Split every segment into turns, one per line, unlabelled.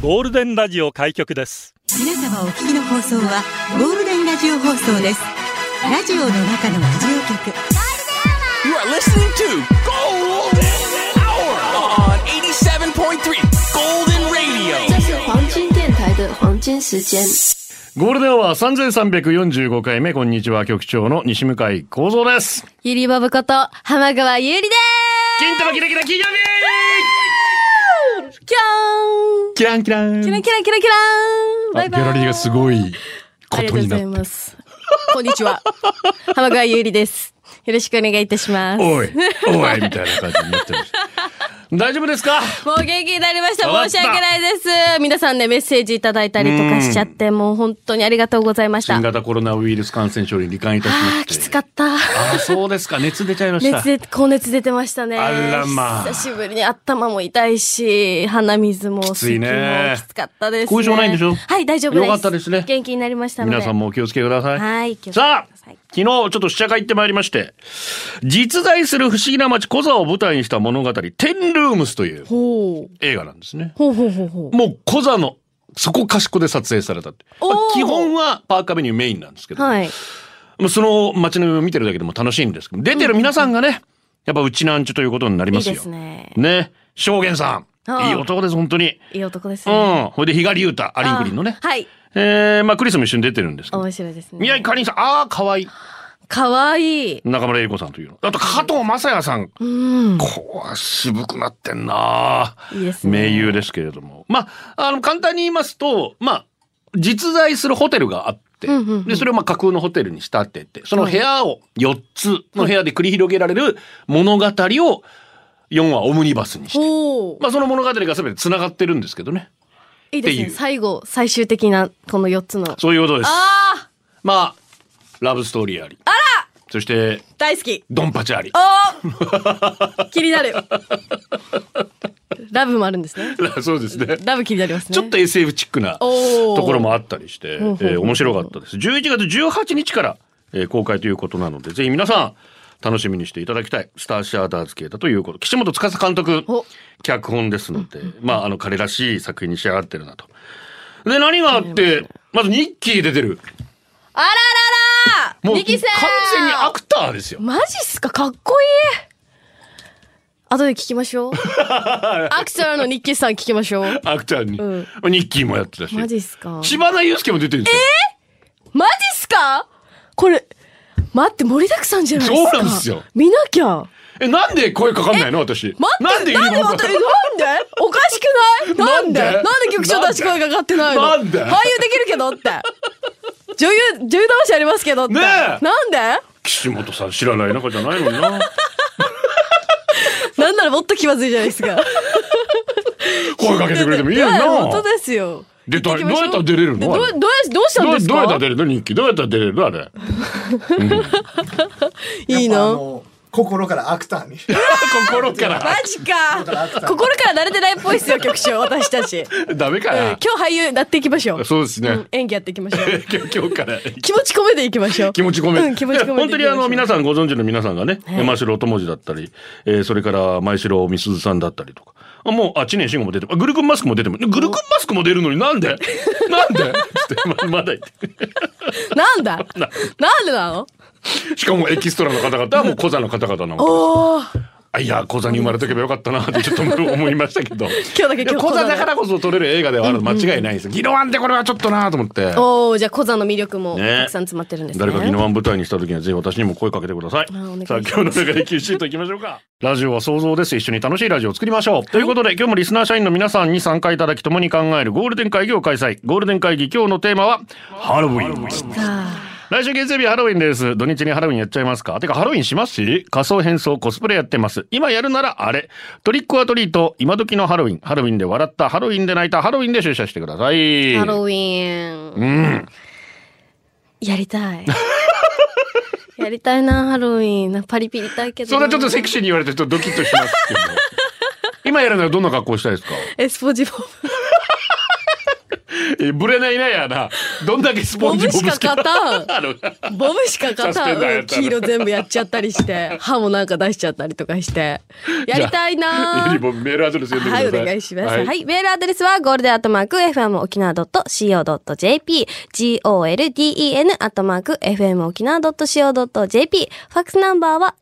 ゴールデンラジオ開局です
皆様お聞きの放送はゴールデンラジオ放送ですラジオの中のラジオ局
You are listening to Golden Hour on 87.3 Golden Radio.
这是黄金电台的黄金时间。
ゴールデンは三千三百四十五回目こんにちは局長の西向井光三です。
ゆりぼぶこと、浜川ゆりで
金玉キラキラ金曜
ーすキラーン
キランキラン。
キラキラキラキラーンバイバイ
ギャラリーがすごいこ
ありが
と
とう
にな
ござ
っ
い
てる
ます。こんにちは。浜川ゆりです。よろしくお願いいたします。も
おいお いみたいな感じになってる。大丈夫ですか。
う元気になりました。
わかった
申し訳ないです。皆さんね、メッセージいただいたりとかしちゃって、もう本当にありがとうございました。
新
あ
型コロナウイルス感染症に罹患いたしまし
ー、
て。
きつかった。
あーそうですか熱出ちゃいました
熱。出、高熱出てましたね。
あらまあ
久しぶりに頭も痛いし、鼻水も、き
ついね
きつかったです、ね。
後遺症ないんでしょ
はい、大丈夫です。
よかったですね
元気になりましたので。
皆さんもお気をつけください。
はい気をつけてく
さあ
ださい
昨日ちょっと試写会行ってまいりまして実在する不思議な町コザを舞台にした物語「テンルームス」という
ほう。
映画なんですね。
ほうほうほうほう。
もうコザのそこかしこで撮影されたって、まあ
おー
基本はパークアベニューメインなんですけど、
はい。
もうその街並みを見てるだけでも楽しいんですけど出てる皆さんがね、やっぱうちなんちゅということになり
い
ま
い
すよ。
ですね。
ね証言さ
あ
ん
あ
いい男です本当に。
いい男です
う
ね。
ん。ほいで、ガリユータ、アリングリンのね
あ。はい。
えー、まあ、クリスも一緒に出てるんですけど。
面白いですね。
宮城かりんさん、ああ、可愛い
かわいい。
中村英子さんというの。あと、加藤雅也さん。
うん。
こう、渋くなってんない
いですね。
名優ですけれども。まあ、あの、簡単に言いますと、まあ、実在するホテルがあって、
うんうんうん
で、それをまあ架空のホテルに仕立てて、その部屋を4つの部屋で繰り広げられる物語を4話オムニバスにして、
ほう。
まあ、その物語が全て繋がってるんですけどね。
いいです
ってい
ね。
う
最後、最終的な、この4つの。
そういうことです。
ああ
まあ、ラブストーリーあり。あらそして、
大好き
ドンパチあり。
おー 気になる。ラブもあるんですね。
そうですね。
ラブ気になりますね。
ちょっと SF チックなと
おー
ころもあったりして、え
ほうほうほう
ー面白かったです。11月18日から、えー公開ということなので、ぜひ皆さん、楽しみにしていただきたい。スターシアダーズ系だということ。岸本司監督
お、
脚本ですので、まあ、あの、彼らしい作品に仕上がってるなと。で、何があって、まずニッキー出てる。
あららら
もう、完
ミキ
全
さん
にアクターですよ。
マジっすかかっこいい後で聞きま しょう。アクターのニッキーさん聞きましょう。
アクターに。
うん
ニッキーもやってたし。
マジっすか
千葉祐介も出てるんですよ。
マジっすかこれ、待って、盛りだくさんじゃないですか。
そうなんですよ
見なきゃ。
えなんで声かかんないの私。
待って、
なんで言う
なんで
の
待ってえなんでおかしくないなん で
なんで
なんで局長たち声がかかってないの
なんで
俳優できるけどって。女優、女優倒しありますけどって。
ね
なん
え
で
岸本さん知らない仲じゃないのにな。
なんならもっと気まずいじゃないですか。
声かけてくれてもいい
や
よな。
本当ですよ。
で
行
どう
って
や
きましょ
ったら出れるの
ど
あ
う
れ
どうどうしたん
ど
で
う
す
どうやったら
か
出れるの人気どうやったら出れるのあれ。
いいの
の心からアクターに
心か
マ
ら。
ジか心から慣れてないっぽいっすよ局長私 たち、うん
ダメか
今
な。
日俳優なっていきましょう
そうです
うん
ね。
演技やっていきましょう
今日 今日から。
気持ち込めていきましょ う
気持ち込め、
うん、気持ち込めていきましょう
本当にあの皆さんご存知の皆さんがね、山城友次だったり、えーそれから前城美鈴さんだったりとか。あもう、あ、知念慎吾も出てる。あグルクンマスクも出てる。グルクンマスクも出るのになんでなんでつって、ままだ言って。
なんだなんでなの
しかもエキストラの方々はもうコザの方々なの。
おー
あいや小座に生まれとけばよかったな ってちょっと思いましたけど
今日だけ
いや
今日
小座だからこそ撮れる映画ではあるの間違いないですよ宜野湾ってこれはちょっとなと思って
おーじゃあコザの魅力も
ね
たくさん詰まってるんですね
誰か宜野湾舞台にした時にはぜひ私にも声かけてください
あお願いし
さあ
ま
今日
す
の中で Q シートいきましょうかラジオは想像です一緒に楽しいラジオを作りましょうということで今日もリスナー社員の皆さんに参加いただき共に考えるゴールデン会議を開催ゴールデン会議今日のテーマはハロウィン来週月曜日ハロウィンです。土日にハロウィンやっちゃいますかてかハロウィンしますし仮装変装コスプレやってます。今やるならあれ。トリックオアトリート、今時のハロウィン。ハロウィンで笑った、ハロウィンで泣いた、ハロウィンで出社してください。
ハロウィーン
うん。
やりたい やりたいなハロウィーンなパリピリたいけど
そんなちょっとセクシーに言われてちょっとドキッとしますけど。今やるならどんな格好したいですか
エスポジボブ
えぶれないなやな。どんだけスポンジ
ボブしか勝たん
ある
ボブしか勝
サス
た
ペンダーや
ん
っ
うん
たら
黄色全部やっちゃったりして歯もなんか出しちゃったりとかしてやりたいな
ユニボ
ー
メールアドレス読んでくださ
はい、
い。
お願いします。はい、
はい
メールアドレスは、ゴールデンアットマーク、fmokinawa.jp、golden アットマーク、fmokinawa.co.jp、ファックスナンバーは、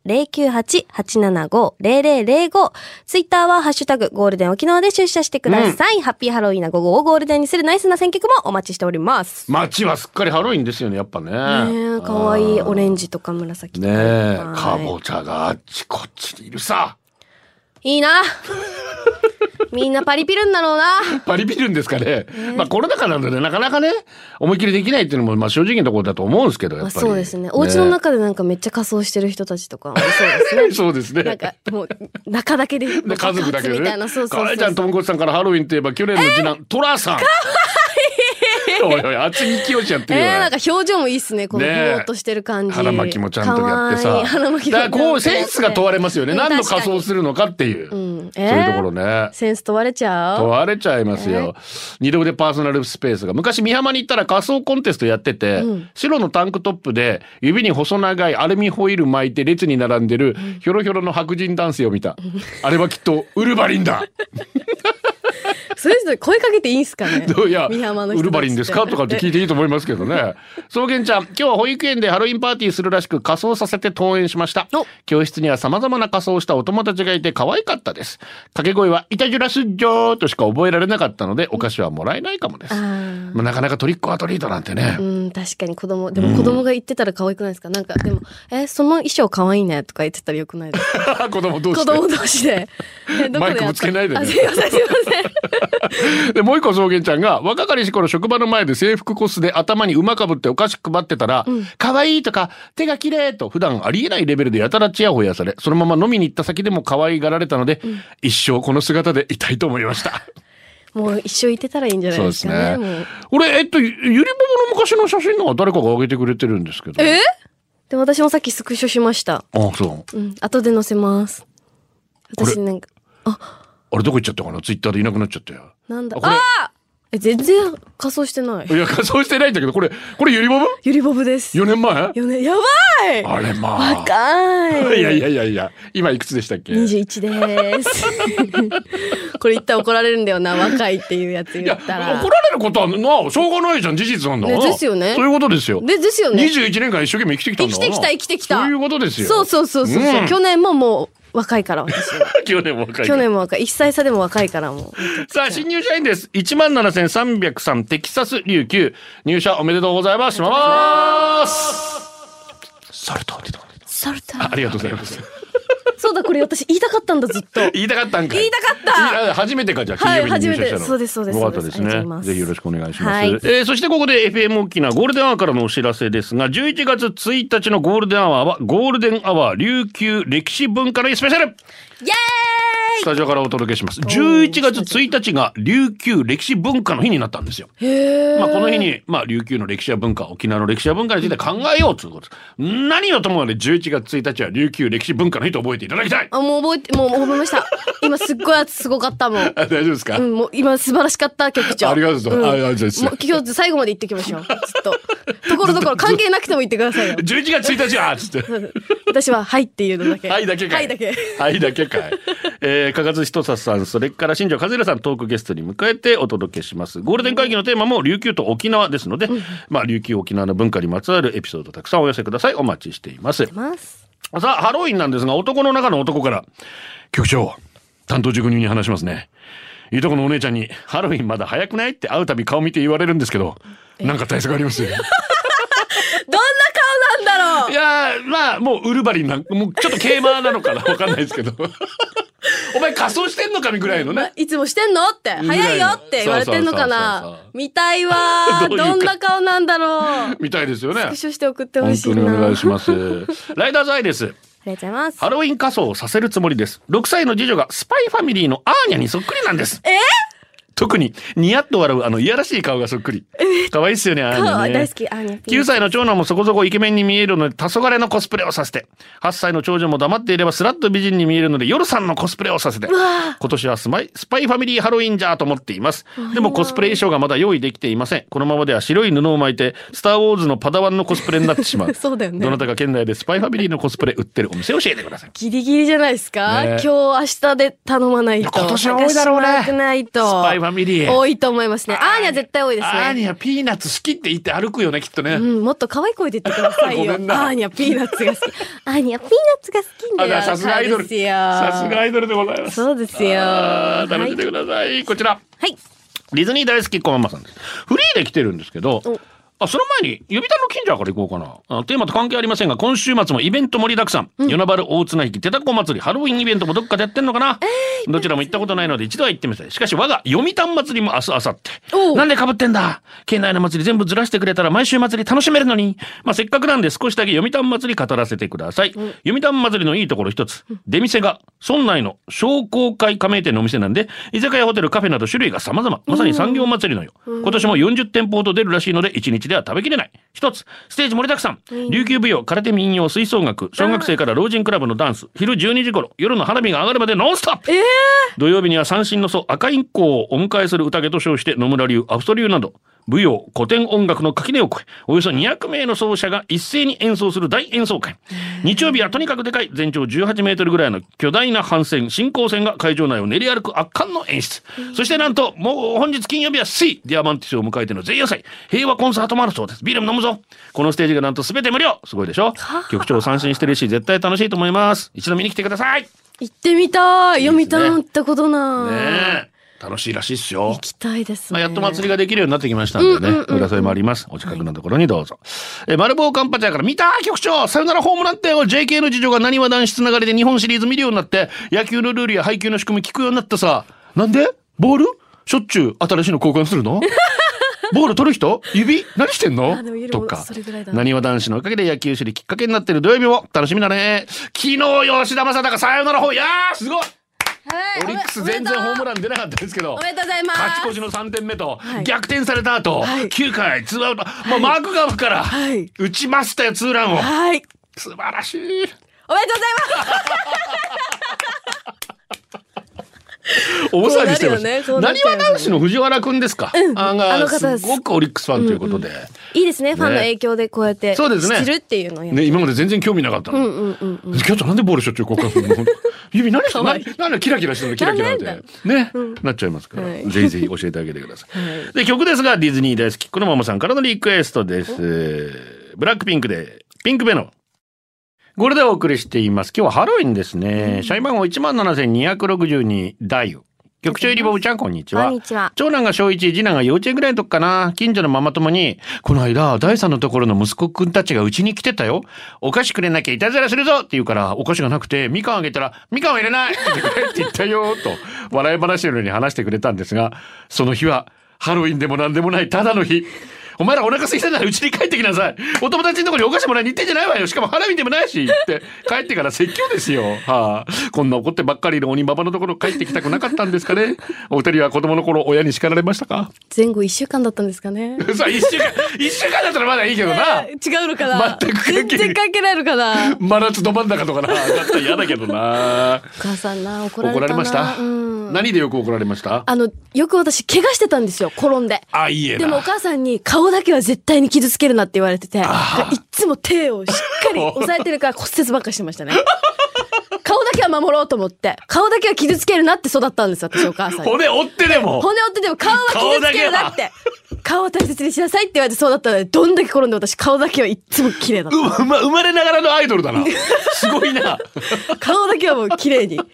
098-875-0005、ツイッターは、ハッシュタグ、ゴールデン沖縄で出社してください。ハッピーハロウィンな午後をゴールデンにするナイスな選曲もお待ちしております。
街はすっかりハロウィンですよね、やっぱね。
ねえ、かわいいオレンジとか紫と
ね
か。
え、
はい
かぼちゃがあっちこっちにいるさ。
いいなみんなパリピるんだろうな。
パリピるんですかね。まあコロナ禍なのでなかなかね、思いっきりできないっていうのもまあ正直なところだと思うんですけど、やっ
まあ、
ぱり。
そうですね。お家の中でなんかめっちゃ仮装してる人たちとかもいそうですね。
ねそうですね。
なんかもう中だけで
で家族だけで
みた
ね
いな。そう。そう
か
そ
あ
う
いちゃんともこちさんからハロウィンといえば去年の次男、トラさん。かわいい。おいおい、厚木清ちゃんって
え
いう
ー
よ、
なんか表情もいいっすね。このぼ
ねえ
ーっとしてる感じ。
腹巻きもちゃんとやって
か
さ
わいい腹巻き
だからこうセンスが問われますよね
うん
何の仮
確かに
装するのかっていう、
うん。
そう
え
いうところ
ー
ね
センス問われちゃ
問
う
われちゃいますよ、二度腕パーソナルスペースが昔美浜に行ったら仮装コンテストやってて、
うん
白のタンクトップで指に細長いアルミホイル巻いて列に並んでるひょろひょろの白人男性を見た、あれはきっとウルバリンだ
そういう人声かけていいんすかね
どういや
美浜の人たちって
ウルバリンですかとかって聞いていいと思いますけど ね草原ちゃん今日は保育園でハロウィンパーティーするらしく仮装させて登園しました
お
教室には様々な仮装をしたお友達がいて可愛かったです掛け声は「いたじらすっじょー」としか覚えられなかったのでお菓子はもらえないかもです
あ
まあ、なかなかトリックアトリートなんてね
ー。うん、確かに子供、でも子供が言ってたら可愛くないですかなんか、でも、えー、その衣装可愛いねとか言ってたらよくないです か
子供同
子
士
供同士 で。えどこ
マ
や
イ
った
クぶつけないでね
あすいません、すいませ
で。
ん。
で、もう一個草原ちゃんが、若かりし頃職場の前で制服コスで頭に馬かぶってお菓子配ってたら、可、愛、いとか、手が綺麗と、普段ありえないレベルでやたらチヤホヤされ、そのまま飲みに行った先でも可愛がられたので、一生この姿でいたいと思いました。
もう一生いてたらいいんじゃない
そうで
です
す
か
ね
ね。もう。
俺、えっと、ゆゆりぼぼの昔の写真のは誰かが上げてくれてるんですけど。
えでも私もさっきスクショしました。
あ、そう。
うん。後で載せます。私なんか、
あれどこ行っちゃったかなツイッターでいなくなっちゃったよ。
なんだ
あ。これ
ああえ、全然仮装してない
い。や、仮装してないんだけど、これ、これゆりぼぼ
ゆりぼぶです。
?4 年前
よね、やばい
あれまあ。
若い
いやいやいやいや、今いくつでしたっけい
21です。 これ言ったら怒られるんだよな、若いっていうやつ言
や、
っ
怒
た
ら
ら
れ。ることはなあ、しょうがないじゃん、事実なんだから。
ねですよね
そういうことですよ。
で、ですよね。
21年間一生懸命生きてきた
生
んだ
き
から
てきた、生きてきた。
そういうことですよ。
そうそうそうそう。
うん
去年ももう若いから、私は。
去年も若いから
去年も若い。1歳差でも若いから、もう。
さあ、新入社員です。17,303テキサス琉球。入社おめでとうございます。します。サルト出てこない
サルタ
ありがとうございます。
そうだ、これ私言いたかったんだ、ずっと。
言いたかったんかい。
言いたかった
いや初めてかじゃあ金
はい
曜日に入社したの。
初めてそうですそうです
よかったです
ありが
ね
とうござい。ます
ぜひよろしくお願いします。
はい
えーそしてここで FM 沖縄ゴールデンアワーからのお知らせですが、11月1日のゴールデンアワーはゴールデンアワー琉球歴史文化の日スペシャル。
イエーイ
スタジオからお届けします。11月1日が琉球歴史文化の日になったんですよ。まあこの日に、まあ琉球の歴史や文化、沖縄の歴史や文化について考えようということです。何をともあれ11月1日は琉球歴史文化の日と覚えていただきたい。
あ、もう覚えて、もう覚えました。今すっごい暑すごかったもん。
あ大丈夫ですか、
うん、もう今素晴らしかった局長。
ありがとうございますありがとうございます
もう今日最後まで言ってきましょう。ずっと。ところどころ関係なくても言ってくださいよ。
11月1日はつって。
私は、はいっていうのだけ。
はいだけかい。
はいだけ。
はいだけかい。えー、かかずひとささん、それから新庄和弘さん、トークゲストに迎えてお届けします。ゴールデン会議のテーマも琉球と沖縄ですので、まあ、琉球沖縄の文化にまつわるエピソードたくさんお寄せください。お待ちしています。
ます。
さあ、ハロウィンなんですが、男の中の男から、局長、担当塾人に話しますね。いとこのお姉ちゃんに、ハロウィンまだ早くないって会うたび顔見て言われるんですけど、なんか対策ありますよ。
どんな顔なんだろう
いやーまあもうウルバリンなんもうちょっと競馬なのかなわかんないですけどお前仮装してんのかみぐらいのね
いつもしてんのっ
ぐ
て、
らいの
早いよって言われてんのか
そうそうそう
な
そう。
見たいわ
ど
ど
ういう顔
んな顔なんだろう。
みたいですよね
スクショして送ってほ
本
し
当
い
に
な。。
お願いしますすライダーズアイです
ありがとうございます。
ハロウィン仮装をさせるつもりです6歳の次女がスパイファミリーのアーニャにそっくりなんですえ特にニヤッと笑うあのいやらしい顔がそっくり可愛いっすよねああいう
顔
の
は
ね
大好き。あー、
9歳の長男もそこそこイケメンに見えるので、黄昏のコスプレをさせて。8歳の長女も黙っていればスラッと美人に見えるので、夜さんのコスプレをさせて。今年はスマイスパイファミリーハロウィンじゃと思っています。でもコスプレ衣装がまだ用意できていません。このままでは白い布を巻いて、スターウォーズのパダワンのコスプレになってしまう。
そうだよね
どなたか県内でスパイファミリーのコスプレ売ってるお店を教えてください。
ギリギリじゃないですか、
ね
今日明日で頼まないと。
いや今年は多いだろうね
探しなくないと。
スパイファミリー
多いと思いますね。アーニャ絶対多いです
アーニ
ね。
ャピーナッツ好きって言って歩くよね、きっとね。
うん、もっと可愛い声で言ってくださいよ。
ご
ア
めんな
ーニャピーナッツが好き。アーニャピーナッツが好きん
あだから
だよ。
さすがアイドル。
そうですよ
さすがアイドルでございます。
そうですよ
あー楽しんでください。こちら。
はい。
ディズニー大好きこままさんです。フリーで来てるんですけど
お、
あその前に、呼びたの近所から行こうかなあ。テーマと関係ありませんが、今週末もイベント盛りだくさん。与那原大綱引き、手だこ祭り、ハロウィンイベントもどっかでやってんのかな、どちらも行ったことないので一度は行ってみたい。しかし我が読谷祭りも明日、明後
お
日。
う
なんで被ってんだ県内の祭り全部ずらしてくれたら毎週祭り楽しめるのに。まあ、せっかくなんで少しだけ読谷祭り語らせてください。読谷祭りのいいところ一つ。出店が、村内の商工会加盟店のお店なんで、居酒屋、ホテル、カフェなど種類が様々。まさに産業祭りのよ。今年も40店舗ほど出るらしいので、1日では食べきれない。一つ、ステージ盛りだくさん。琉球舞踊、空手民謡、吹奏楽、小学生から老人クラブのダンス、昼12時頃、夜の花火が上がるまでノンストップ土曜日には三振の祖赤インコをお迎えする宴と称して野村流アフト流など舞踊古典音楽の垣根を越えおよそ200名の奏者が一斉に演奏する大演奏会日曜日はとにかくでかい全長18メートルぐらいの巨大な帆船新光船が会場内を練り歩く圧巻の演出そしてなんともう本日金曜日は C ディアマンティスを迎えての前夜祭平和コンサートもあるそうですビールも飲むぞこのステージがなんと全て無料すごいでしょ局長三振してるし絶対楽しいと思います一度見に来てくださいね
行ってみたい。読み
いいですね
たんってことない。
え楽しいらしいっすよ
行きたいです
まあ、
ね。
やっと祭りができるようになってきましたんでね、浦添もあります。お近くのところにどうぞ。えー、丸棒カンパチャーから、見た局長さよならホームラン店を JK の事情が何は男子つながりで日本シリーズ見るようになって、野球のルールや配球の仕組み聞くようになったさ。なんでボールしょっちゅう新しいの交換する のボール取る人指何してんの
あでもゆる
とか
それぐらいだな
なにわ男子のおかげで野球知りきっかけになってる土曜日も楽しみだね昨日吉田正尚さよならホーいやーすごい
はい。
オリックス全然ホームラン出なかったですけど
おめでとうございます。
勝ち越しの3点目と
はい
逆転された後、
はい
9回ツーアウト、もうマークガフから
はい
打ちましたよツーランを、
はい。
素晴らしい
おめでとうございます。
大騒ぎしてま
そうなるよね
し
そ
た
うなっ
何
ちゃう
は
よね
男子の藤原くんですか、あ
あの
が
方ですす
ごくオリックスファンということで、
いいですね。ファンの影響でこうやって。
そうですね
知るっていうのをやっ
ね、今まで全然興味なかったの、
うんうんうん。
キャッチャーなんでボールしょっちゅう交換するの指 何して
かわいい
何何キラキラしてるのキラキラって
なん
ね、なっちゃいますから、
はい
ぜひぜひ教えてあげてください、で曲ですがディズニー大好きこのママさんからのリクエストですブラックピンクでピンクベノムこれでお送りしています今日はハロウィンですね、シャイマンを17,262大夫局長入りボブちゃんこんにちは
こんにちは
長男が小一次男が幼稚園ぐらいの時かな近所のママ友に「この間第三のところの息子くんたちがうちに来てたよお菓子くれなきゃいたずらするぞ」って言うからお菓子がなくてみかんあげたら「みかんはいれない!」って言ったよと笑い話のように話してくれたんですがその日はハロウィンでもなんでもないただの日。お前らお腹空いたならうちに帰ってきなさい。お友達のところにお菓子もらいに行ってんじゃないわよ。しかもハロウィンでもないし。って帰ってから説教ですよ。はあ、こんな怒ってばっかりの鬼ババのところ帰ってきたくなかったんですかね。お二人は子供の頃親に叱られましたか
前後一週間だったんですかね。
さあ一週間、一週間だったらまだいいけどな。
違うのかな
全く関係ない
全然関係ないのかな
真夏ど真ん中とかな。だったら嫌だけどな。
お母さんな、怒られ
怒
た
ら
な。
れました、
うん。
何でよく怒られました
あの、よく私、怪我してたんですよ、転んで。
あ、いいえな。
でもお母さんに顔だけは絶対に傷つけるなって言われてて、いっつも手をしっか り押さえてるから骨折ばっかしてましたね。顔だけは守ろうと思って、顔だけは傷つけるなって育ったんですよ、私お母さんに。
骨折ってで も。
骨折ってでも顔は傷つけるなって。顔を大切にしなさいって言われてそうだったので、どんだけ転んでも私顔だけはいっつも綺麗だっ
うま生まれながらのアイドルだな。すごいな。
た。顔だけはもう綺麗に維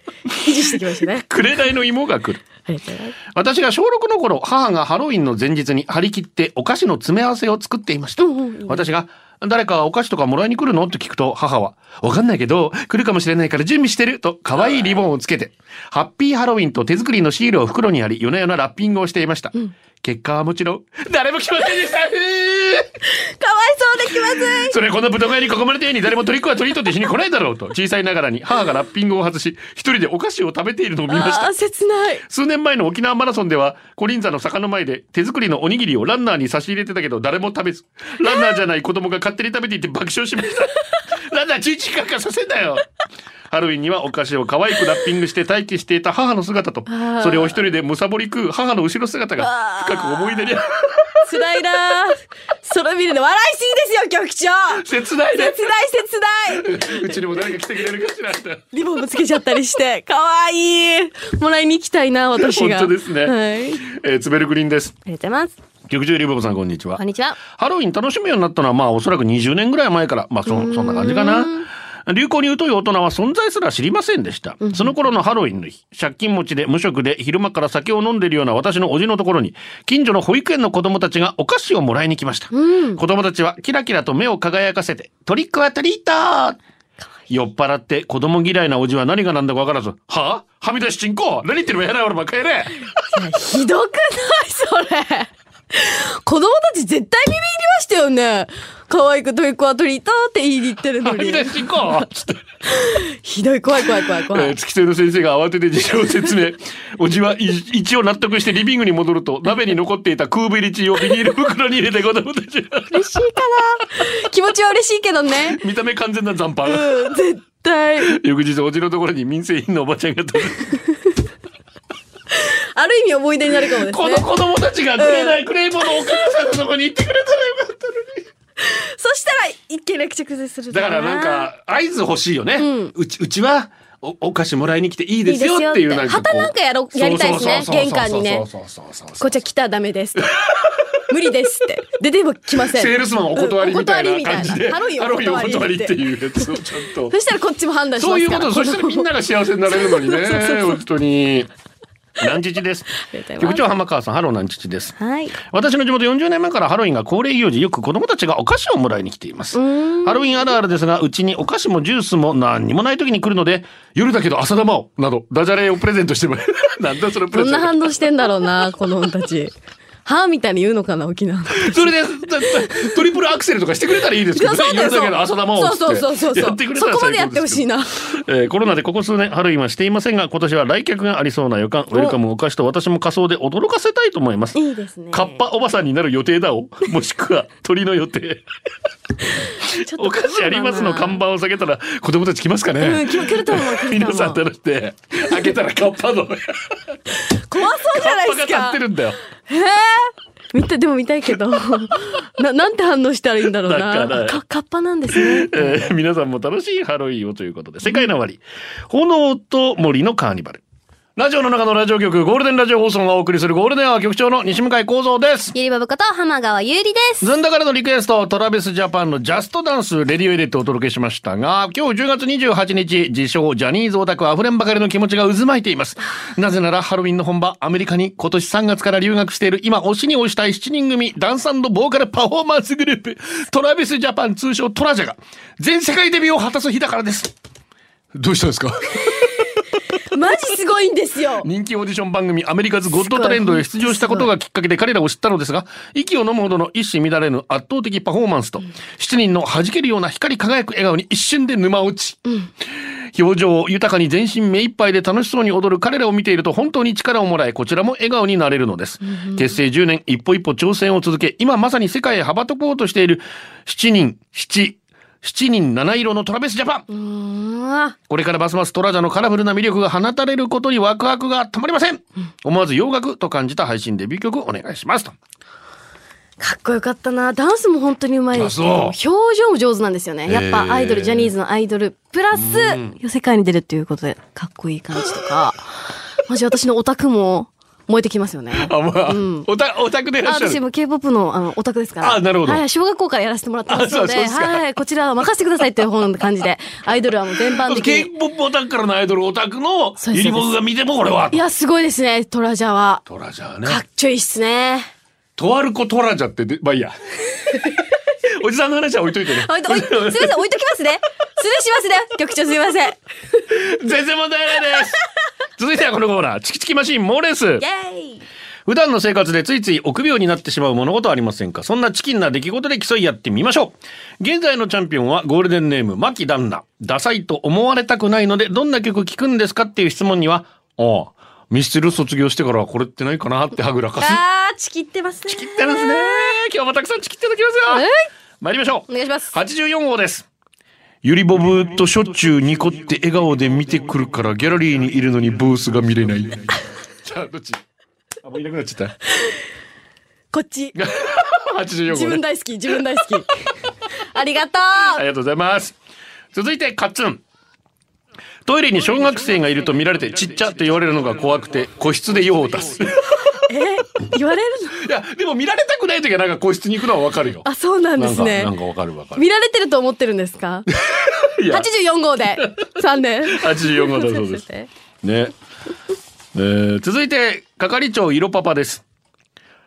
持してきましたね。
紅の芋が来る。
ありがとうございます。
私が小6の頃、母がハロウィンの前日に張り切ってお菓子の詰め合わせを作っていました。私が、誰かお菓子とかもらいに来るのと聞くと、母は、わかんないけど、来るかもしれないから準備してると、可愛いリボンをつけて、ハッピーハロウィンと手作りのシールを袋に貼り、夜な夜なラッピングをしていました。結果はもちろん、誰も来ませんでした
かわいそうで気まずい
それこの豚小屋に囲まれたように誰もトリックはトリートって日に来ないだろうと小さいながらに母がラッピングを外し一人でお菓子を食べているのを見ました
あー切ない
数年前の沖縄マラソンでは、コリンザの坂の前で手作りのおにぎりをランナーに差し入れてたけど、誰も食べず、ランナーじゃない子供が勝手に食べていて爆笑しました。ランナー11時間かさせんなよ。ハロウィンにはお菓子を可愛くラッピングして待機していた母の姿と
あー、
それを一人でむさぼり食う母の後ろ姿が
あー
深く思い出に、
辛いなーそれ見るの笑いすぎですよ局長
切ないね。
切ない切ないう
ちにも誰か来てくれるかしら。
リボンもつけちゃったりしてかわいいもらいに行きたいな私が
本当ですね
はいありが
えー、つべるグリーンです。
とうございます
局長リボブさん、こんにちは
こん。にちは
ハロウィン楽しむようになったのはまあおそらく20年ぐらい前からまあそそんな感じかな。流行に疎い大人は存在すら知りませんでした。その頃のハロウィンの日、借金持ちで無職で昼間から酒を飲んでいるような私のおじのところに、近所の保育園の子供たちがお菓子をもらいに来ました。子供たちはキラキラと目を輝かせて、トリックはトリートー酔っ払って子供嫌いなおじは何が何だか分からず、はぁ、はみ出しチンコ何言ってるのやら俺ばっかやれ
ひどくない それ子供たち絶対ビビりましたよね可愛くトイコアトリートって言いに行ってるの
はみ
に
出しチン コつって。
ひどい怖い怖い怖い怖
えー
い
月星の先生が慌てて事情を説 明。おじはい一応納得してリビングに戻ると、鍋に残っていた空ぶ入りチーをビニール袋に入れて子供たちが
嬉しいかな気持ちは嬉しいけどね
見た目完全な残飯。
うん絶対
翌日、おじのところに民生委員のおばちゃんが飛び
ある意味思い出になるかもです
こ
ね
の子供たちがくれないクレイボーのお母さんのとこに行ってくれたらよかったのに。
そしたら一件落着する
だ からなんか、合図欲しいよね。うち、うちは、お、お菓子もらいに来ていい
い
で
い
す
です
よ
よ
っ
ってて
い
いうう
なんかこう。
旗なんかやろやりたいですね
そうそうそうそう
玄関にね
そうそうそうそうそう
こっちは来たらダメです無理ですって出ても来ません
セールスマンお断りみたいな感じで、
うんお断りみたいなハロウィンお
ハロウィンお
断
断
り
り
っ
ってていうやつをちゃんと
そ。したらこっちも判断し
そ
ま
うい
す
う
か
こ
ら
と、そしたらみんなが幸せになれるのにね
そうそうそう、
本当に。南父です
りがとう。ございます
局長浜川さん、ハロー南父です。
はい
私の地元40年前からハロウィンが恒例行事よく子供たちがお菓子をもらいに来ていますハロウィンあるあるですがうちにお菓子もジュースも何にもない時に来るので夜だけど朝玉をなどダジャレをプレゼントしてもら うなんだそのプ
ど
レ
ん
ゼン
な
ト
反応してんだろうな 子供たちはあみたいに言うのかな沖縄の
それでだだトリプルアクセルとかしてくれたらいいですけど、ね、夜だけど朝玉をっつって
そうそうそうそ
や
う
ってくれ
そ
たら
こまでや
最高
って
で
ほ
す
し
け
い
ど
な
えーコロナでここ数年ハロウィンはしていませんが今年は来客がありそうな予感ウェルカムを犯した私も仮装で驚かせたいと思います
いいですね
カッパおばさんになる予定だをもしくは鳥の予定
ちょっと
お菓子ありますの看板を下げたら子供たち来ますかね、
うん来来ると思う来ると思う
皆さんだって開けたらカッパのカッ
怖そうじゃない
パ
で
が
す
立っ
か
てるんだよ
見たでも見たいけど ななんて反応したらいいんだろう
だから
なかカッパなんですね
えー皆さんも楽しいハロウィンをということで、世界の終わり、炎と森のカーニバル。ラジオの中のラジオ局、ゴールデンラジオ放送がお送りするゴールデンアワー局長の西向井幸三です。
ゆりばぶこと浜川ゆうりです。
ずんだからのリクエスト、トラベスジャパンのジャストダンス、レディオエディットをお届けしましたが、今日10月28日、自称ジャニーズオタクは溢れんばかりの気持ちが渦巻いています。なぜならハロウィンの本場、アメリカに今年3月から留学している今、推しに推したい7人組、ダンスボーカルパフォーマンスグループ、トラベスジャパン通称トラジャが、全世界デビューを果たす日だからです。どうしたんですか
マジすごいんですよ
人気オーディション番組アメリカズ・ゴッド・タレントへ出場したことがきっかけで彼らを知ったのですが、息を飲むほどの一糸乱れぬ圧倒的パフォーマンスと、7人の弾けるような光り輝く笑顔に一瞬で沼落ち。表情を豊かに全身目いっぱいで楽しそうに踊る彼らを見ていると本当に力をもらい、こちらも笑顔になれるのです。結成10年一歩一歩挑戦を続け、今まさに世界へ羽ばたこうとしている7人、7、7人7色のトラベスジャパン。これからますますトラジャのカラフルな魅力が放たれることにワクワクが止まりません。思わず洋楽と感じた配信デビュー曲お願いしますと。
かっこよかったなダンスも本当にうまいですけど
あ
表情も上手なんですよねやっぱアイドルジャニーズのアイドルプラス世界に出るっていうことでかっこいい感じとか マジ私のオタクも燃えてきますよね
あ、まあ、おた、お宅でい
あ私。も K-POP のあのオタクですから。
あなるほど
はい、小学校からやらせてもらってます
あそ
ので、
うそうですか
はい、こちらは任せてくださいっていう方の感じで、アイドルはもう全般的に。
K-POP オタクからのアイドルオタクの
そうです。
ユニフォームが見てもこれはい
や、すごいですね、トラジャは。
トラジャね。
かっちょいいっすね。
とある子トラジャってで、まあいい や。おじさんの話は置いといてね。
あお いおいすみません、置いときますね。失礼しますね。局長すみません。
全然問題ないです。続いてはこのコーナー、チキチキマシンモーレース。
イェーイ
普段の生活でついつい臆病になってしまう物事ありませんかそんなチキンな出来事で競い合ってみましょう現在のチャンピオンはゴールデンネーム牧旦那ダサいと思われたくないのでどんな曲聴くんですかっていう質問にはああミスチル卒業してからはこれってないかなってはぐらかす
あー、チキってますね。
チキってますね今日もたくさんチキっていただきますよ参りましょう
お願いします。
84号です。ゆりボブとしょっちゅうニコって笑顔で見てくるからギャラリーにいるのにブースが見れ ない。じゃあどっちあ、もういなくなっちゃった。
こっち。
84
自
号
分
ね。
大好き、自分大好き。 ありがと。
ありがとうございます。続いて、カッツン。トイレに小学生がいると見られてちっちゃって言われるのが怖くて個室で用を出す。いう
え、言われるの
や、でも見られたくない時はなんか個室に行くのはわかるよ。
あ、そうなんですね
な。んか、なんかわかるわかる。
見られてると思ってるんですか
いや
?84 号で。3年。
84号だそうです。ね。えー続いて、係長、いろパパです。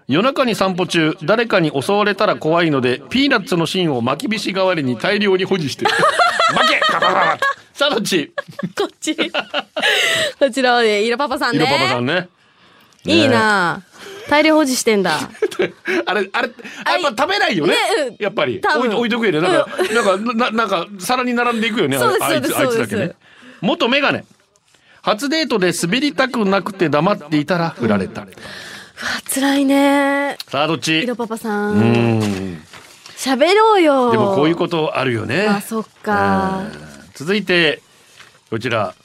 夜中に散歩中、誰かに襲われたら怖いので、ピーナッツの芯を巻きびし代わりに大量に保持 してる。負けカパパパさあ、どっち
こっち。こちらはね、イロパパさん
い
ね。
ろパパさんね。ね
いいな大量保持して んだ。
あれ、あれ、あやっぱ食べないよね
ねうん。
やっぱり。
多分
置い置いとくよね。なんか、なんか、ななんか、皿に並んでいくよね。あ
そうです
あいつ、
そ
あ
う
い
です
つだけ
そう
ね
です。
元メガネ。初デートで滑りたくなくて黙っていたら振られた。
あ辛いね
さあ、どっち
イロパパさ。
うんん。
喋ろうよ。
でもこういうことあるよね。
あ、そっか。
続いて、こちら。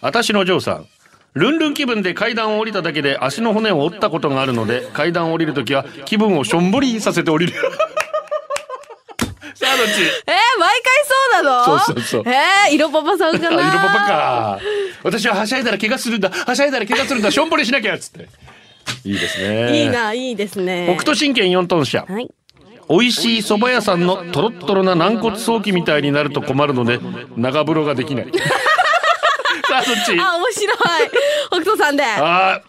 私のジョーさん。ルンルン気分で階段を降りただけで足の骨を折ったことがあるので、階段を降りるときは気分をしょんぼりさせて降りる。さあ、どっち
えー、毎回そうなの
そうそうそう
えー、イロパパさん
あ、
か
色
な
パパか。私ははしゃいだら怪我するんだ。はしゃいだら怪我するんだ。しょんぼりしなきゃっつって。いいですね。
いい。な、いいですね。
北斗神拳四トン車。
はい。
美味しい蕎麦屋さんのトロットロな軟骨早期みたいになると困るので長風呂がで きないさあどっち
あ、面 白い。北斗さんで。
あ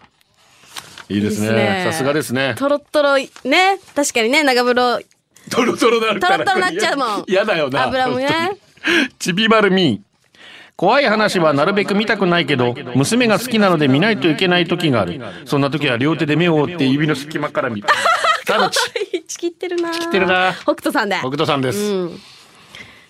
ーいいです
いいで
ね
すね
さすがですね
トロットロい、ね。確かにね、長風呂、
トロトロなるから
トロトロなっちゃうもん
嫌だよな
油もね。
ちびまるみー怖い話はなるべく見たくないけど娘が好きなので見ないといけない時があるそんな時は両手で目を追って指の隙間から見るさあどっち
ちきってるな。ち
ってるな
北斗さんで。
北斗さんです、
うん。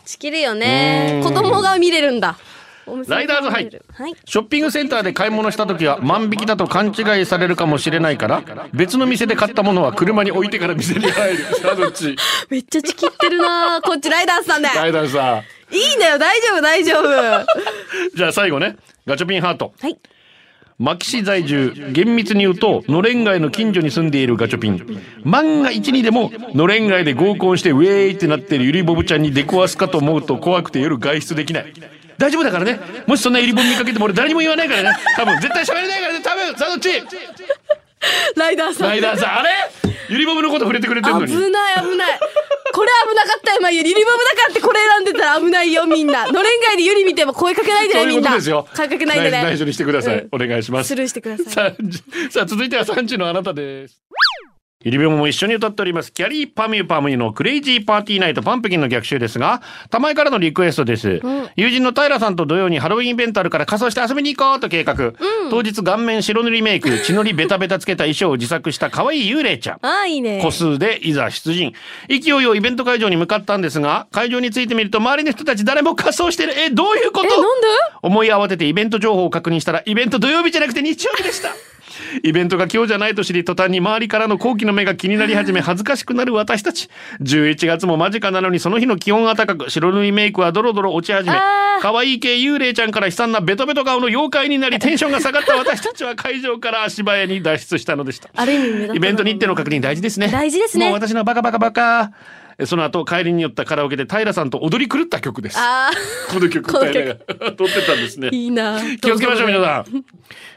ちきるよ
う
ね
ん。
子供が見れるんだ。お店が
ライダーズハイ
見れるはい。
ショッピングセンターで買い物した時は万引きだと勘違いされるかもしれないから別の店で買ったものは車に置いてから店に入るさあどっち
めっちゃちきってるな。こっちライダーズさんで。
ライダーさ
いいんだよ、大丈夫、大 丈夫。
ん じゃあ最後ねガチョピンハート
はい
牧師在住厳密に言うとのれん街の近所に住んでいるガチョピン万が一にでものれん街で合コンしてウェーイってなってるゆりぼぶちゃんに出くわすかと思うと怖くて夜外出できない大丈夫だからねもしそんなゆりぼぶ見かけても俺誰にも言わないからね多分絶対喋れないからね多分さあどっち
ライダーさん。
ライダーさん、あれゆりぼぶのこと触れてくれてるのに。
危ない危ない。これ危なかったよ、今、ゆりリボムだからってこれ選んでたら危ないよ、みんな。のれん外でゆり見ても声かけないで
そう
ね、
い
み
うんこ
な。
とですよ。
声かけないでね。
内内緒にしてください。
うん
お願いします。
スルーしてください。
さあ、さあ続いては三時のあなたです。ゆりべもも一緒に歌っております。キャリーパミューパミューのクレイジーパーティーナイトパンプキンの逆襲ですが、玉井からのリクエストです。友人の平さんと同様にハロウィンイベントあるから仮装して遊びに行こうと計画。当日顔面白塗りメイク、血のりベタベタつけた衣装を自作した可愛い幽霊ちゃん。
ああ、いいね。
個数でいざ出陣勢いよイベント会場に向かったんですが会場に着いてみると周りの人たち誰も仮装してるえどういうこと
え、なんで
思い慌ててイベント情報を確認したらイベント土曜日じゃなくて日曜日でしたイベントが今日じゃないと知り途端に周りからの好奇の目が気になり始め恥ずかしくなる私たち11月も間近なのにその日の気温が高く白塗りメイクはドロドロ落ち始め可愛い系幽霊ちゃんから悲惨なベトベト顔の妖怪になりテンションが下がった私たちは会場から足早に脱出したのでした
ある意味目立たない
イベント日程の確認大事ですね
大事ですね
もう私のバカバカバカえその後帰りに寄ったカラオケで平さんと踊り狂った曲です
あ
この曲
この曲
平が撮ってたんですね
あ、いいな。
気をつけましょう、皆
ん。
さん。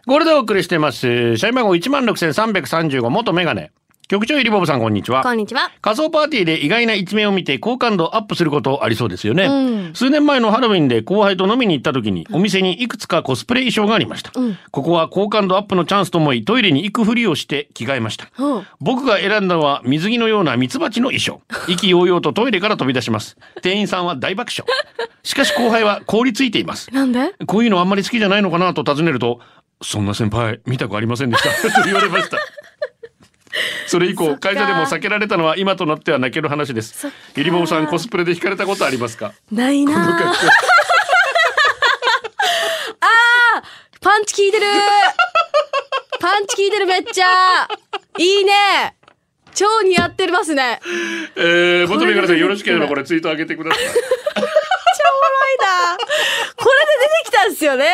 ゴールドをお送りしてます。社員番号16,335元メガネ。局長ゆりぼぶさん、こんにちは。
こんにちは。
仮想パーティーで意外な一面を見て好感度アップすることありそうですよね、数年前のハロウィンで後輩と飲みに行った時にお店にいくつかコスプレ衣装がありました、ここは好感度アップのチャンスと思いトイレに行くふりをして着替えました、
うん
僕が選んだのは水着のようなミツバチの衣装意気揚々とトイレから飛び出します店員さんは大爆笑しかし後輩は凍りついています
なんで
こういうのあんまり好きじゃないのかなと尋ねると、そんな先輩見たくありませんでしたと言われました。それ以
そ
降
っか
会社でも避けられたのは今となっては泣ける話です
そっか
ゆりぼうさんコスプレで惹かれたことありますか
ないなああーパンチ効い てるパンチ効いてるめっちゃいいね超似合ってますねめっ
えー、求めからさん
これで出てきてる
よろしければこれツイート上げてください
ちゃおもろいなこれで出てきたんですよね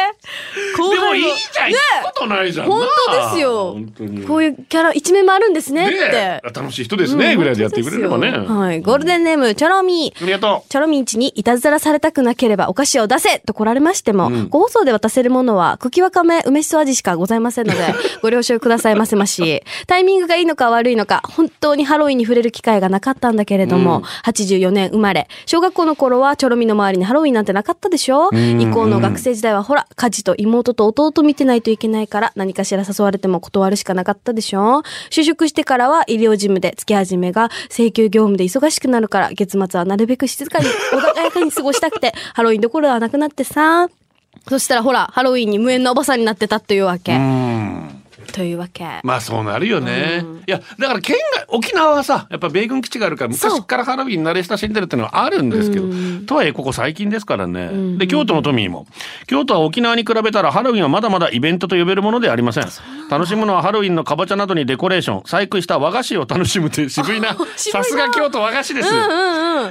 後
でも
輩
いいじゃん、
ね
行くことないじゃんな
本当ですよ
本当に
こういうキャラ一面もあるんですねっ
ね
て
え楽しい人ですね、ぐらいでやってくれればね、
本当ですよはいゴールデンネームチョロミー
ありがと
チョロミンチにいたずらされたくなければお菓子を出せと来られましても、
うん
ご放送で渡せるものは茎わかめ梅しそ味しかございませ んので、ご了承くださいませまし。タイミングがいいのか悪いのか、本当にハロウィンに触れる機会がなかったんだけれども、84年生まれ、小学校の頃はチョロミンの周りにハロウィンなんてなかったでしょ、以降の学生時代はほら、家事と妹と弟見てないといけないから、何かしら誘われても断るしかなかったでしょ就職してからは医療事務で月始めが請求業務で忙しくなるから、月末はなるべく静かに、穏やかに過ごした くて、ハロウィンどころではなくなってさ。そしたらほら、ハロウィンに無縁なおばさんになってたというわけ。
ううん
というわけ。
まあそうなるよね、いやだから県外沖縄はさやっぱ米軍基地があるから
そう
昔からハロウィンに慣れ親しんでるっていうのはあるんですけど、とはいえここ最近ですからね、で京都の都民も京都は沖縄に比べたらハロウィンはまだまだイベントと呼べるものではありません楽しむのはハロウィンのかぼちゃなどにデコレーション細工した和菓子を楽しむという 渋いなさすが京都和菓子です、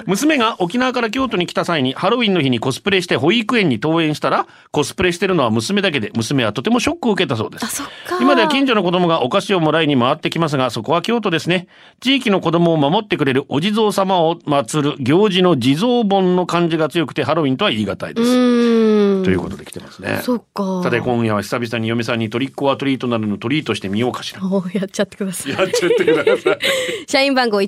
娘が沖縄から京都に来た際にハロウィンの日にコスプレして保育園に登園したらコスプレしてるのは娘だけで娘はとてもショックを受けたそうです
あ、そっか。
今では近所の子供がお菓子をもらいに回ってきますが、そこは京都ですね。地域の子供を守ってくれるお地蔵様を祀る行事の地蔵本の感じが強くてハロウィンとは言い難いで
う
す。
ーん。
ということで来てますね。
そっか。
さて今夜は久々に嫁さんにトリックオアトリートなるのトリートしてみようかしら。
おやっちゃってくださ い。
やっちゃってください。
社員番号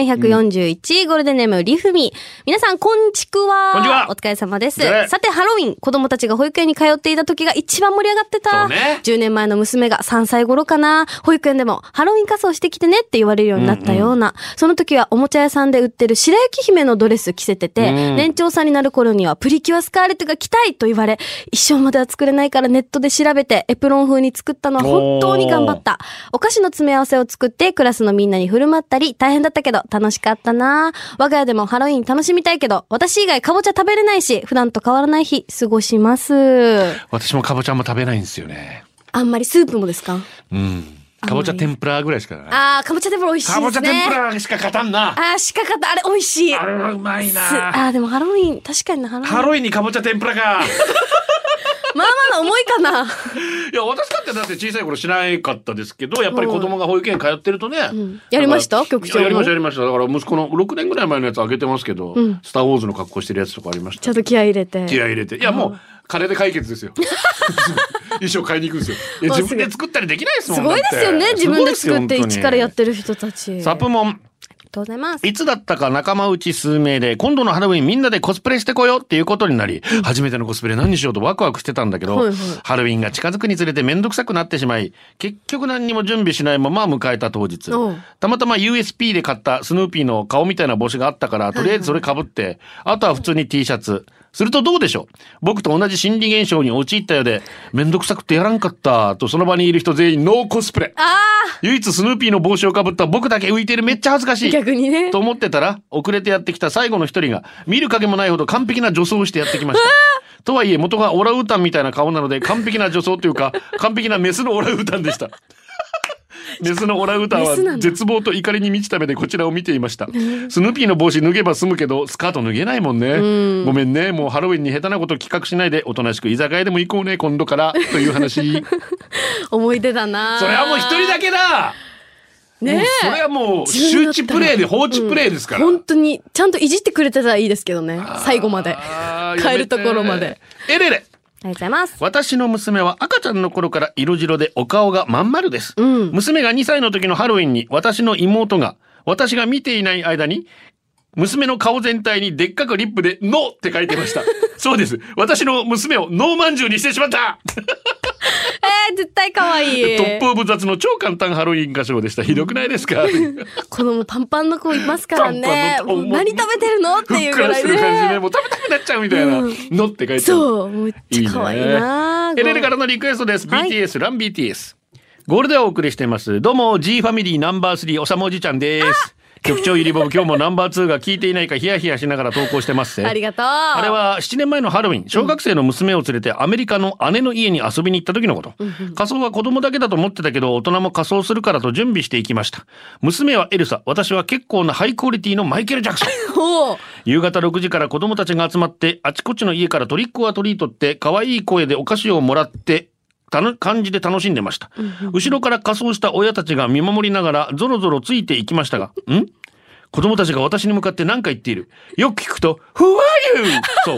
15,141、ゴールデンネーム、リフミ。皆さん、こんちくわ。
こんちは
お疲れ様です
ね。
さて、ハロウィン、子供たちが保育園に通っていた時が一番盛り上がって
そ
た。
うね
10年前の娘が3歳頃かな。保育園でも、ハロウィン仮装してきてねって言われるようになったような。その時は、おもちゃ屋さんで売ってる白雪姫のドレス着せてて、
うん
年長さんになる頃には、プリキュアスカーレットが着たいと言われ、一生までは作れないからネットで調べて、エプロン風に作ったのは本当に頑張った。お菓子の詰め合わせを作って、クラスのみんなに振る舞ったり、大変だったけど、楽しかったな我が家でもハロウィン楽しみたいけど、私以外かぼちゃ食べれないし、普段と変わらない日、過ごします。
私もかぼちゃも食べないんですよね。
あんまりスープもですか
うん。かぼちゃ天ぷらぐらいしかない。
あー、かぼちゃでも美味しいです
か
ね。
ぼちゃ天ぷらしか勝たんな。
あー、しかかった。あれ、美味しい。
あ
す
れはうまいな。
あー、でもハロウィン、確かにな、ハロウィン。
ハロウィンにかぼちゃ天ぷらか。
まあまあ重いかな。
いや私だってだって小さい頃しなかったですけどやっぱり子供が保育園通ってるとね、
んやりました
だから
局長
いややりましたやりましただから息子の6年ぐらい前のやつあげてますけど、
ん
スター・ウォーズの格好してるやつとかありました
ちょっと気合い入れて。
気合い入れていやもう金で解決ですよ 衣装買いに行くんですよいや
もうすぐ
自分で作ったりできないですもん
すごいですよ
だっ
ね。
て
自分で作って
すごいです
一
よ
からやっ
本
てる人たち。
当
あり
にサ
が
プモン
とうございます。
いつだったか仲間内数名で、今度のハロウィンみんなでコスプレしてこようっていうことになり、初めてのコスプレ何にしようとワクワクしてたんだけど、
はいはい
ハロウィンが近づくにつれてめんどくさくなってしまい、結局何にも準備しないまま迎えた当日
おう。
たまたま USP で買ったスヌーピーの顔みたいな帽子があったから、とりあえずそれ被って、あとは普通に T シャツ。するとどうでしょう僕と同じ心理現象に陥ったようで、めんどくさくてやらんかった、とその場にいる人全員ノーコスプレ。唯一スヌーピーの帽子をかぶった僕だけ浮いてるめっちゃ恥ずかしい。
逆にね
と。思ってたら、遅れてやってきた最後の一人が、見る影もないほど完璧な女装をしてやってきました。とはいえ、元がオラウータンみたいな顔なので、完璧な女装というか、完璧なメスのオラウータンでした。メスのオラウータン
メスな
は
んだ
絶望と怒りに満ちた目でこちらを見ていました。スヌーピーの帽子脱げば済むけど、スカート脱げないもんね。ごめんね、もうハロウィンに下手なこと企画しないで、おとなしく居酒屋でも行こうね、今度から、という 話。
思い出だな。
それはもう一人だけだもう
ね
それはもう、
自分
周
だったら
知プレイで放置プレイですから。
本当に、ちゃんといじってくれてたらいいですけどね。最後まで。
あー
帰るところまで。
やめてエレレ
ありがとうございます。
私の娘は赤ちゃんの頃から色白でお顔がまん丸です、
ん
娘が2歳の時のハロウィンに私の妹が私が見ていない間に娘の顔全体にでっかくリップで「ノ」って書いてま したそうです私の娘をノーまんじゅうにしてしまった
えー、絶対可愛い。
トップオブザツの超簡単ハロウィン歌唱でしたひどくないですか
子供パンパンの子いますからね。
パンパンの
もう何食べてるのって
ふっ
いう
く
ぐ
ら
ら
し
い
てる感じで
ね。
もう食べたくなっちゃうみたいな「ノ」って書いてある
そう、めっちゃ可愛いな。
エレレからのリクエストです。
はい
BTS、ラン BTS。ゴールでお送りしています。どうも、G ファミリーナンバー3、おさもおじちゃんです。局長ゆりぼぶ、今日もナンバー2が聞いていないかヒヤヒヤしながら投稿してますぜ。
ありがとう。
あれは7年前のハロウィン、小学生の娘を連れてアメリカの姉の家に遊びに行った時のこと。仮装は子供だけだと思ってたけど、大人も仮装するからと準備していきました。娘はエルサ、私は結構なハイクオリティのマイケル・ジャクソン。
おう
夕方6時から子供たちが集まって、あちこちの家からトリックはトリートって、可愛い声でお菓子をもらって、たの感じで楽しんでました。後ろから仮装した親たちが見守りながら、ぞろぞろついていきましたが、ん子供たちが私に向かって何か言っている。よく聞くと、Who are you? そう。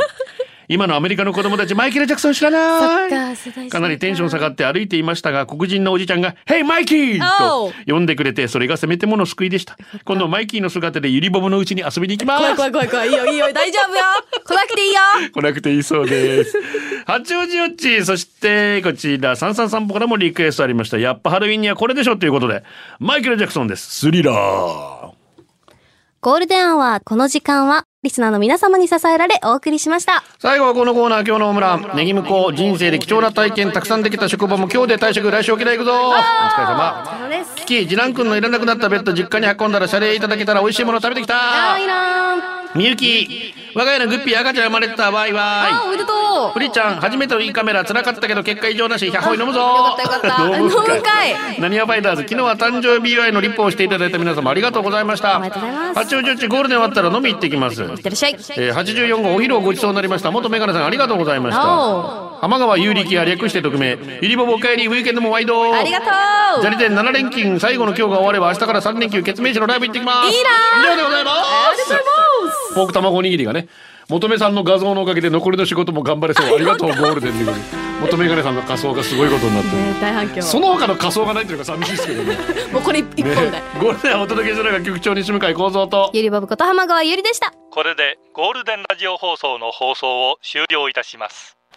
今のアメリカの子供たち、マイケル・ジャクソン知らない。
そっか世代違うか
かなりテンション下がって歩いていましたが、黒人のおじちゃんが、Hey, マイキーと
おう
呼んでくれて、それがせめてもの救いでした。今度、マイキーの姿でゆりぼぼのうちに遊びに行きます。
怖い怖い怖い怖い。いいよいいよ。大丈夫よ。来なくていいよ。
来なくていいそう です。八王子よっち、そしてこちら、三三散歩からもリクエストありました。やっぱハロウィンにはこれでしょということで、マイケル・ジャクソンです。スリラー。
ゴールデンアワー、この時間は、リスナーの皆様に支えられお送りしました。
最後はこのコーナー、今日のオムラン。ネギムコ、人生で貴重な体験、たくさんできた職場も今日で退職、来週沖縄行くぞお疲れ様。
そうです。
キキ、次男くんのいらなくなったベッド、実家に運んだら謝礼いただけたら美味しいもの食べてきた
いらん。
みゆき、我が家のグッピー赤ちゃん生まれてた、わいわい。
おめでとう。
プリちゃん、初めてのいいカメラ、辛かったけど、結果異常なし、100本飲むぞ
よかったよかった。飲
飲
む
むん
かい。
なにわファイターズ、昨日は誕生日祝いのリップをしていただいた皆様ありがとうございました。
おめでとうございます
八王子よっちゴールデン終わったら飲み行ってきます。
いってらっしゃい。
えー84号お昼をごちそうになりました。元メガネさんありがとうございました。浜川有力や略して匿名、ゆりぼぼお帰り、ウィーケンドもワイド
ありがとう。
ジャリテン7連勤、最後の今日が終われば明日から3連休、決命時のライブ行ってきます。
いいな
以上でございます。ポーク卵おにぎりがね、求めさんの画像のおかげで残りの仕事も頑張れそう。ありがとう、ゴールデンで。求めがねさんの仮装がすごいことになってる。
ね大反響。
その他の仮装がないというか寂しいですけどね。
もうこれ 一本だ。
ゴールデンをお届けするのが局長西向井幸三と。
ゆりぼぶこと浜川ゆりでした。
これでゴールデンラジオ放送の放送を終了いたします